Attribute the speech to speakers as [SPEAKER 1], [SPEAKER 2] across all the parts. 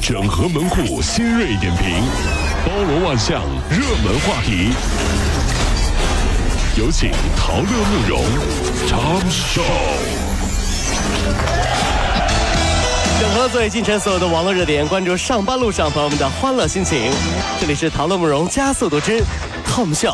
[SPEAKER 1] 整合门户新锐点评，包罗万象，热门话题。有请陶乐慕容长寿。
[SPEAKER 2] 整合最近晨所有的网络热点，关注上班路上朋友们的欢乐心情。这里是《唐乐慕容加速度之 Tom 秀》。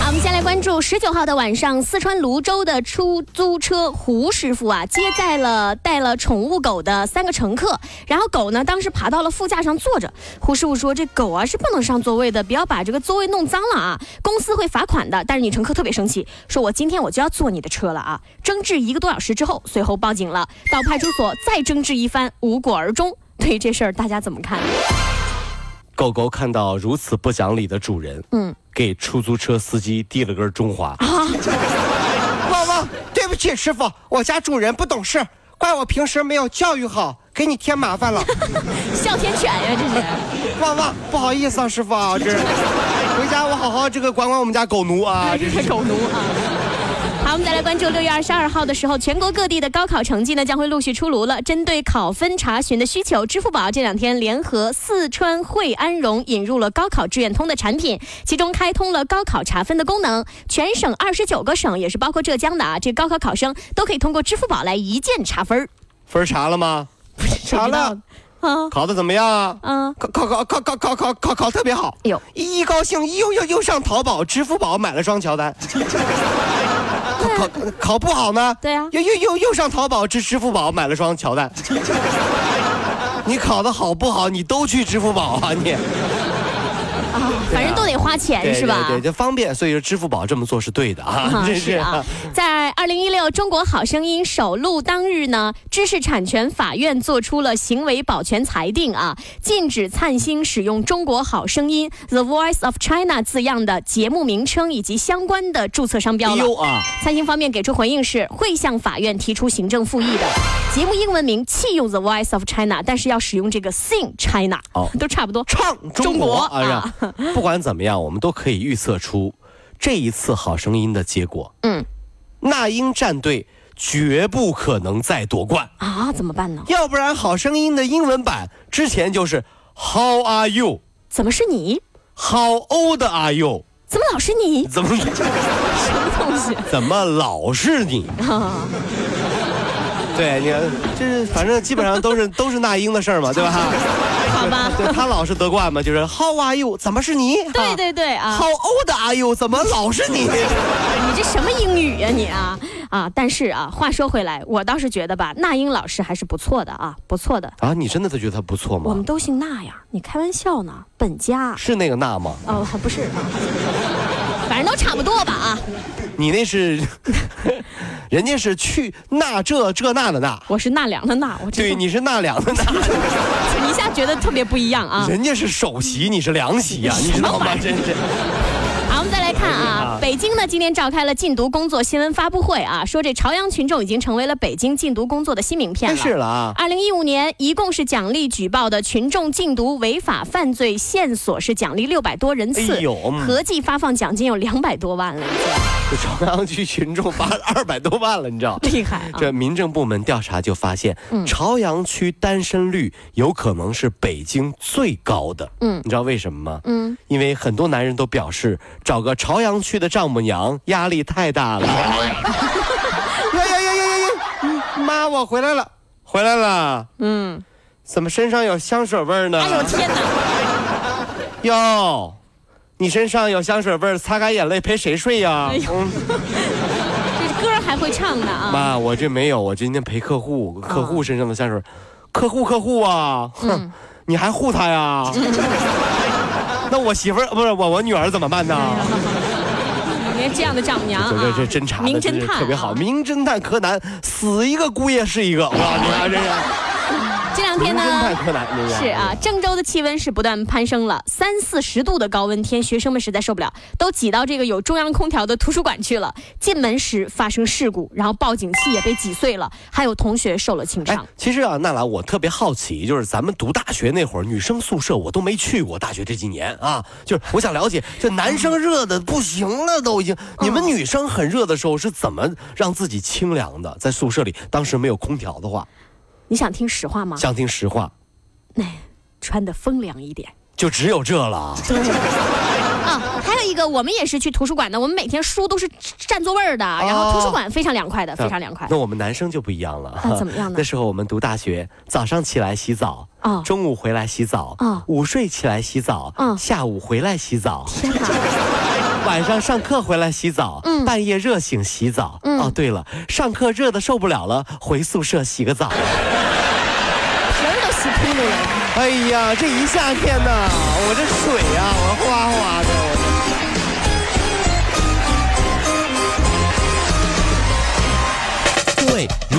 [SPEAKER 3] 好，我们先来关注十九号的晚上，四川泸州的出租车胡师傅啊，接载了带了宠物狗的三个乘客，然后狗呢当时爬到了副驾上坐着。胡师傅说：“这狗啊是不能上座位的，不要把这个座位弄脏了啊，公司会罚款的。”但是女乘客特别生气，说：“我今天我就要坐你的车了啊！”争执一个多小时之后，随后报警了，到派出所再争执一番，无果而终。对于这事儿，大家怎么看？
[SPEAKER 2] 狗狗看到如此不讲理的主人，嗯，给出租车司机递了根中华。
[SPEAKER 4] 汪汪，对不起，师傅，我家主人不懂事，怪我平时没有教育好，给你添麻 烦了。
[SPEAKER 3] 哮天犬呀、这是。
[SPEAKER 4] 汪汪，不好意思啊，师傅啊，这回家我好好这个管管我们家狗奴啊。这
[SPEAKER 3] 是狗奴啊。好，我们再来关注六月二十二号的时候，全国各地的高考成绩呢将会陆续出炉了。针对考分查询的需求，支付宝这两天联合四川惠安融引入了高考志愿通的产品，其中开通了高考查分的功能。全省二十九个省，也是包括浙江的啊，这高考考生都可以通过支付宝来一键查分儿。
[SPEAKER 2] 分儿查了吗？
[SPEAKER 4] 查了，
[SPEAKER 3] 啊
[SPEAKER 2] 考的怎么样啊？
[SPEAKER 3] 啊，
[SPEAKER 4] 考考考考考考考考考特别好。
[SPEAKER 3] 哎呦，
[SPEAKER 4] 一一高兴又又又上淘宝、支付宝买了双乔 丹。考考考不好呢？
[SPEAKER 3] 对啊
[SPEAKER 4] 又又又又上淘宝、支支付宝买了双乔 丹。你考的好不好？你都去支付宝啊你。
[SPEAKER 3] 反正都得花钱
[SPEAKER 4] 对
[SPEAKER 3] 哎是吧？
[SPEAKER 4] 对对，就方便，所以说支付宝这么做是对的啊，
[SPEAKER 3] 啊，
[SPEAKER 4] 真
[SPEAKER 3] 是啊，在二零一六中国好声音首录当日呢，知识产权法院作出了行为保全裁定啊，禁止灿星使用《中国好声音》（The Voice of China） 字样的节目名称以及相关的注册商
[SPEAKER 4] 哎
[SPEAKER 3] 标了。
[SPEAKER 2] 丢啊！
[SPEAKER 3] 灿星方面给出回应是会向法院提出行政复议的。节目英文名弃用 The Voice of China，但是要使用这个 Sing China，、
[SPEAKER 2] 哦
[SPEAKER 3] 都差不多。
[SPEAKER 2] 唱
[SPEAKER 3] 中国哎
[SPEAKER 2] 啊！让 不管怎么样，我们都可以预测出这一次《好声音》的结果。
[SPEAKER 3] 嗯，
[SPEAKER 2] 那英战队绝不可能再夺冠，
[SPEAKER 3] 啊，怎么办呢？
[SPEAKER 2] 要不然《好声音》的英文版之前就是 How are you?
[SPEAKER 3] 怎么是你？
[SPEAKER 2] How old are you?
[SPEAKER 3] 怎么老是你？
[SPEAKER 2] 怎么
[SPEAKER 3] 什么东西？
[SPEAKER 2] 怎么老是你？对，你看，这反正基本上都是 都是那英的事儿嘛，对吧？
[SPEAKER 3] 好吧。
[SPEAKER 2] 对他老是得冠嘛，就是 How are you？怎么是你？
[SPEAKER 3] 对对对啊，
[SPEAKER 2] ，How old are you？怎么老是你？
[SPEAKER 3] 你这什么英语呀、你啊啊！但是啊，话说回来，我倒是觉得吧，那英老师还是不错的啊，不错的。
[SPEAKER 2] 啊，你真的都觉得他不错
[SPEAKER 3] 我
[SPEAKER 2] 吗
[SPEAKER 3] 们？都姓那呀，你开玩笑呢？本家
[SPEAKER 2] 是那个那吗？
[SPEAKER 3] 哦，还不是啊，反正都差不多吧啊。
[SPEAKER 2] 你那 是，人家是去那这这那的那，
[SPEAKER 3] 我是纳凉的纳，我
[SPEAKER 2] 对，
[SPEAKER 3] 这
[SPEAKER 2] 你是那两的那，
[SPEAKER 3] 你一下觉得特别不一样啊。
[SPEAKER 2] 人家是首席，你是凉席呀、你知道吗？真是。
[SPEAKER 3] 好，我们再来看啊，北京呢今天召开了禁毒工作新闻发布会啊，说这朝阳群众已经成为了北京禁毒工作的新名片
[SPEAKER 2] 真
[SPEAKER 3] 了。
[SPEAKER 2] 是了啊！
[SPEAKER 3] 二零一五年，一共是奖励举报的群众禁毒违法犯罪线索是奖励六百多人次，
[SPEAKER 2] 哎呦嗯
[SPEAKER 3] 合计发放奖金有两百多万了，已
[SPEAKER 2] 这朝阳区群众罚二百多万了，你知道？
[SPEAKER 3] 经厉害啊！嗯
[SPEAKER 2] 这民政部门调查就发现，朝阳区单身率有可能是北京最高的。
[SPEAKER 3] 嗯
[SPEAKER 2] 你知道为什么吗？
[SPEAKER 3] 嗯，
[SPEAKER 2] 因为很多男人都表示，找个朝阳区的丈母娘压力太大 了。哎
[SPEAKER 4] 呀呀呀呀呀呀！嗯妈，我回来了，
[SPEAKER 2] 回来了，
[SPEAKER 3] 嗯，
[SPEAKER 2] 怎么身上有香水味儿呢？
[SPEAKER 3] 哎呦天哪，
[SPEAKER 2] 哟，你身上有香水味儿，擦干眼泪陪谁睡呀？
[SPEAKER 3] 哎呦
[SPEAKER 2] 嗯
[SPEAKER 3] 这歌还会唱呢啊！
[SPEAKER 2] 妈，我这没有，我今天陪客户，客户身上的香水，客户客户啊，
[SPEAKER 3] 嗯
[SPEAKER 2] 哼， 你还护他 呀？那我媳妇儿不是我我女儿怎么办呢？
[SPEAKER 3] 哎你看这样的丈母娘啊
[SPEAKER 2] 这，这这侦查
[SPEAKER 3] 名
[SPEAKER 2] 的真
[SPEAKER 3] 侦
[SPEAKER 2] 是
[SPEAKER 3] 探啊
[SPEAKER 2] 特别好，名侦探柯南死一个姑爷是一个，我告诉你啊，这是
[SPEAKER 3] 这两天
[SPEAKER 2] 名侦探
[SPEAKER 3] 呢。
[SPEAKER 2] 柯南，这
[SPEAKER 3] 是啊，郑州的气温是不断攀升了，三四十度的高温天，学生们实在受不了，都挤到这个有中央空调的图书馆去了。进门时发生事故，然后报警器也被挤碎了，还有同学受了轻
[SPEAKER 2] 哎
[SPEAKER 3] 伤。，
[SPEAKER 2] 其实啊，娜拉，我特别好奇，就是咱们读大学那会儿，女生宿舍我都没去过。大学这几年啊，就是我想了解，这男生热的不行了，都已经。
[SPEAKER 3] 嗯
[SPEAKER 2] 你们女生很热的时候是怎么让自己清凉的？在宿舍里，当时没有空调的话，
[SPEAKER 3] 你想听实话吗？
[SPEAKER 2] 想听实话，
[SPEAKER 3] 哎，穿的风凉一点。
[SPEAKER 2] 就只有这了。
[SPEAKER 3] 啊，还有一个，我们也是去图书馆的，我们每天书都是占座位儿的，然后图书馆非常凉快的，非常凉快
[SPEAKER 2] 啊那。我们男生就不一样了，
[SPEAKER 3] 啊怎么样呢
[SPEAKER 2] 那时候我们读大学，早上起来洗澡，
[SPEAKER 3] 哦
[SPEAKER 2] 中午回来洗澡，
[SPEAKER 3] 哦
[SPEAKER 2] 午睡起来洗澡，
[SPEAKER 3] 嗯
[SPEAKER 2] 下午回来洗澡，
[SPEAKER 3] 天哪，
[SPEAKER 2] 晚上上课回来洗澡，
[SPEAKER 3] 嗯
[SPEAKER 2] 半夜热醒洗澡。
[SPEAKER 3] 嗯
[SPEAKER 2] 哦，对了，上课热的受不了了，回宿舍洗个澡。
[SPEAKER 3] 皮儿都洗秃噜了。
[SPEAKER 2] 哎呀，这一夏天呐、我这水呀、我哗哗的。我这
[SPEAKER 5] 各位，如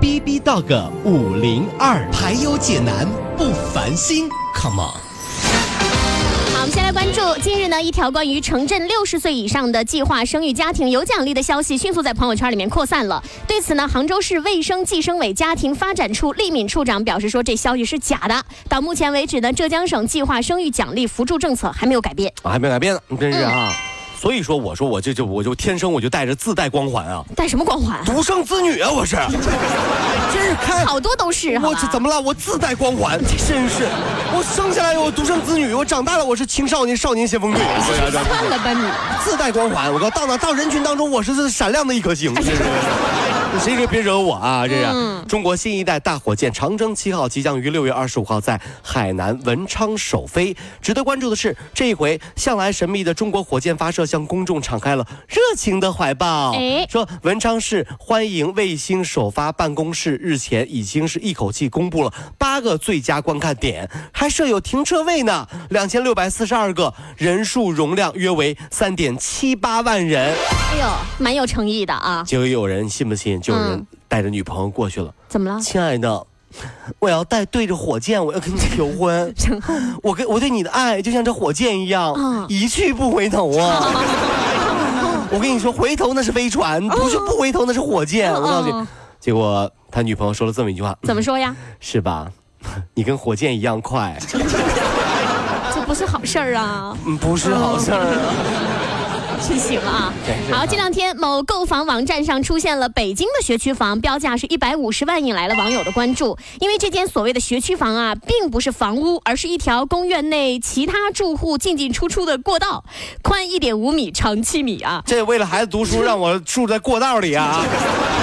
[SPEAKER 5] B B Dog 五零二，排忧解难不烦心，Come on。
[SPEAKER 3] 好，我们先来关注今日呢一条关于城镇六十岁以上的计划生育家庭有奖励的消息，迅速在朋友圈里面扩散了。对此呢，杭州市卫生计生委家庭发展处厉敏处长表示说，这消息是假的。到目前为止呢，浙江省计划生育奖励扶助政策还没有改变，
[SPEAKER 2] 啊还没改变呢，真是
[SPEAKER 5] 嗯
[SPEAKER 2] 啊。所以说，我说我这就我就天生我就带着自带光环
[SPEAKER 5] 嗯
[SPEAKER 2] 啊，
[SPEAKER 3] 带什么光环？
[SPEAKER 2] 独生子女啊，我是，真是看
[SPEAKER 3] 好多都是，好
[SPEAKER 2] 我
[SPEAKER 3] 吧
[SPEAKER 2] 这怎么了？我自带光环，真是！
[SPEAKER 5] 嗯
[SPEAKER 2] 我生下来我独生子女，我长大了我是青少年少年先锋队，我
[SPEAKER 5] 嗯
[SPEAKER 2] 这
[SPEAKER 3] 算了吧你。
[SPEAKER 2] 自带光环。我告诉到哪到人群当中，我是闪亮的一 颗星。这是谁谁别惹我啊！这是、
[SPEAKER 5] 嗯
[SPEAKER 2] 中国新一代大火箭长征七号即将于六月二十五号在海南文昌首飞。值得关注的是，这一回向来神秘的中国火箭发射向公众敞开了热情的怀抱。
[SPEAKER 3] 哎
[SPEAKER 2] 说文昌市欢迎卫星首发办公室日前已经是一口气公布了八个最佳观看点，还设有停车位呢，两千六百四十二个，人数容量约为三点七八万人。
[SPEAKER 3] 哎呦，蛮有诚意的啊！
[SPEAKER 2] 结果有人信不信？就有人
[SPEAKER 3] 嗯
[SPEAKER 2] 带着女朋友过去了，
[SPEAKER 3] 怎么了？
[SPEAKER 2] 亲爱的。我要带对着火箭，我要跟你求 婚。我跟我对你的爱就像这火箭一样，
[SPEAKER 3] 啊
[SPEAKER 2] 一去不回头 啊！我跟你说，回头那是飞船，不是不回头那是火箭。我告诉你
[SPEAKER 3] 嗯，
[SPEAKER 2] 结果他女朋友说了这么一句话，
[SPEAKER 3] 怎么说呀？
[SPEAKER 2] 是吧？ 你跟火箭一样快，
[SPEAKER 3] 这不是好事儿啊！
[SPEAKER 2] 嗯不是好事儿啊。
[SPEAKER 3] 真行啊
[SPEAKER 2] 真！是
[SPEAKER 3] 好，这两天某购房网站上出现了北京的学区房，标价是一百五十万，引来了网友的关注。因为这间所谓的学区房啊，并不是房屋，而是一条公园内其他住户进进出出的过道，宽一点五米，长七米啊。
[SPEAKER 2] 这为了孩子读书，让我住在过道里 啊！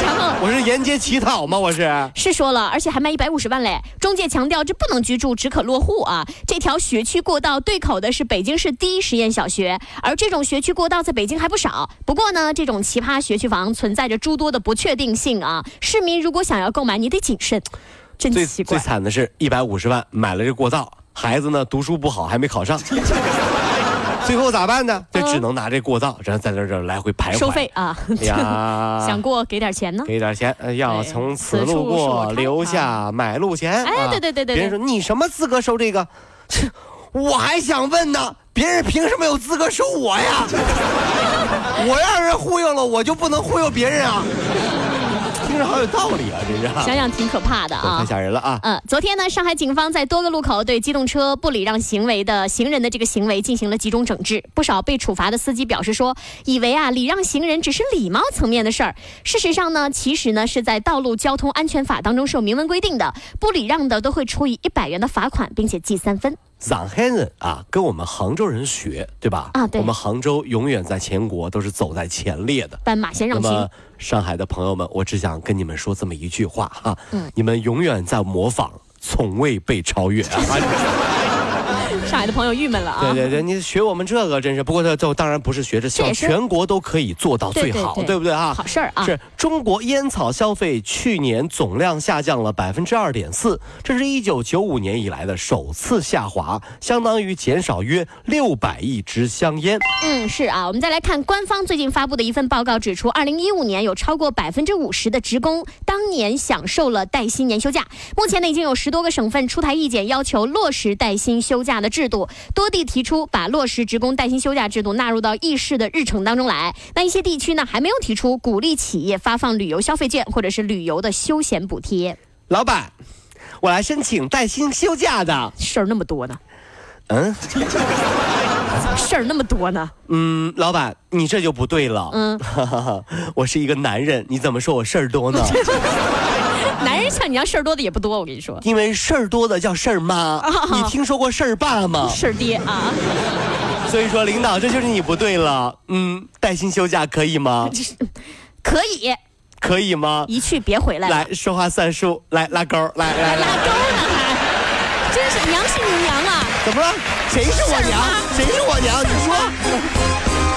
[SPEAKER 3] 然后
[SPEAKER 2] 我是沿街乞讨吗？我是。
[SPEAKER 3] 是说了，而且还卖一百五十万嘞。中介强调这不能居住，只可落户啊。这条学区过道对口的是北京市第一实验小学，而这种学区过道在北京还不少。不过呢，这种奇葩学区房存在着诸多的不确定性啊。市民如果想要购买，你得谨慎。真
[SPEAKER 2] 最
[SPEAKER 3] 奇
[SPEAKER 2] 最
[SPEAKER 3] 怪，
[SPEAKER 2] 惨的是，一百五十万买了这过道，孩子呢读书不好，还没考上， 最后咋办呢？就只能拿这过道，然后在那儿这儿来回徘徊。
[SPEAKER 3] 嗯收费啊！
[SPEAKER 2] 哎呀，
[SPEAKER 3] 想过给点钱呢？
[SPEAKER 2] 给点钱，呃要从此
[SPEAKER 3] 此
[SPEAKER 2] 路
[SPEAKER 3] 处是我
[SPEAKER 2] 过
[SPEAKER 3] 看
[SPEAKER 2] 留
[SPEAKER 3] 看
[SPEAKER 2] 下买路钱。
[SPEAKER 3] 哎
[SPEAKER 2] 啊
[SPEAKER 3] 对对对对
[SPEAKER 2] 别人
[SPEAKER 3] 对
[SPEAKER 2] 说你什么资格收这个？切我还想问呢，别人凭什么有资格收我呀？ 我要是忽悠了，我就不能忽悠别人啊！ 听着好有道理啊，真是啊
[SPEAKER 3] 想想挺可怕的啊
[SPEAKER 2] 太。吓人了啊！
[SPEAKER 3] 呃，昨天呢，上海警方在多个路口对机动车不礼让行为的行人的这个行为进行了集中整治。不少被处罚的司机表示说，以为啊礼让行人只是礼貌层面的事儿，事实上呢，其实呢是在《道路交通安全法》当中是有明文规定的，不礼让的都会处以一百元的罚款，并且记三分。
[SPEAKER 2] 上海人啊，跟我们杭州人学，对吧？
[SPEAKER 3] 啊对
[SPEAKER 2] 我们杭州永远在全国都是走在前列的。
[SPEAKER 3] 斑马先
[SPEAKER 2] 那
[SPEAKER 3] 让
[SPEAKER 2] 么
[SPEAKER 3] 行，，
[SPEAKER 2] 上海的朋友们，我只想跟你们说这么一句话哈、
[SPEAKER 3] 嗯
[SPEAKER 2] 你们永远在模仿，从未被超越啊！
[SPEAKER 3] 上海的朋友郁闷了啊
[SPEAKER 2] 哎对！对对，你学我们这个真是，不过他这当然不是学着
[SPEAKER 3] 这
[SPEAKER 2] 笑，
[SPEAKER 3] 也是
[SPEAKER 2] 全国都可以做到最好，
[SPEAKER 3] 对对对
[SPEAKER 2] 不对啊？
[SPEAKER 3] 好事儿啊
[SPEAKER 2] 是中国烟草消费去年总量下降了百分之二点四，这是一九九五年以来的首次下滑，相当于减少约六百亿支香烟。
[SPEAKER 3] 嗯，是啊，我们再来看官方最近发布的一份报告，指出，二零一五年有超过百分之五十的职工当年享受了带薪年休假。目前呢，已经有十多个省份出台意见，要求落实带薪休假的制度，多地提出把落实职工带薪休假制度纳入到议事的日程当中来。那一些地区呢，还没有提出鼓励企业发放旅游消费券或者是旅游的休闲补贴，
[SPEAKER 2] 老板，我来申请带薪休假的。
[SPEAKER 3] 事儿那么多呢，
[SPEAKER 2] 嗯
[SPEAKER 3] 事儿那么多呢，
[SPEAKER 2] 嗯，老板，你这就不对了。嗯， 我是一个男人，你怎么说我事儿多呢？
[SPEAKER 3] 男人像你一样事儿多的也不多，我跟你说，
[SPEAKER 2] 因为事儿多的叫事儿妈，你听说过事儿爸 吗？
[SPEAKER 3] 事儿爹啊。
[SPEAKER 2] 所以说，领导，这就是你不对了。嗯，带薪休假可以吗？
[SPEAKER 3] 可以
[SPEAKER 2] 可以吗？
[SPEAKER 3] 一去别回来了，
[SPEAKER 2] 来，说话算数，来拉钩，来来
[SPEAKER 3] 拉
[SPEAKER 2] 来，
[SPEAKER 3] 钩呢还，真是娘是你娘啊！
[SPEAKER 2] 怎么了？谁是我娘？谁是我娘？你说。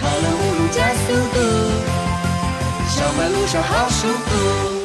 [SPEAKER 6] 跑了五路加速度，上班路上好舒服。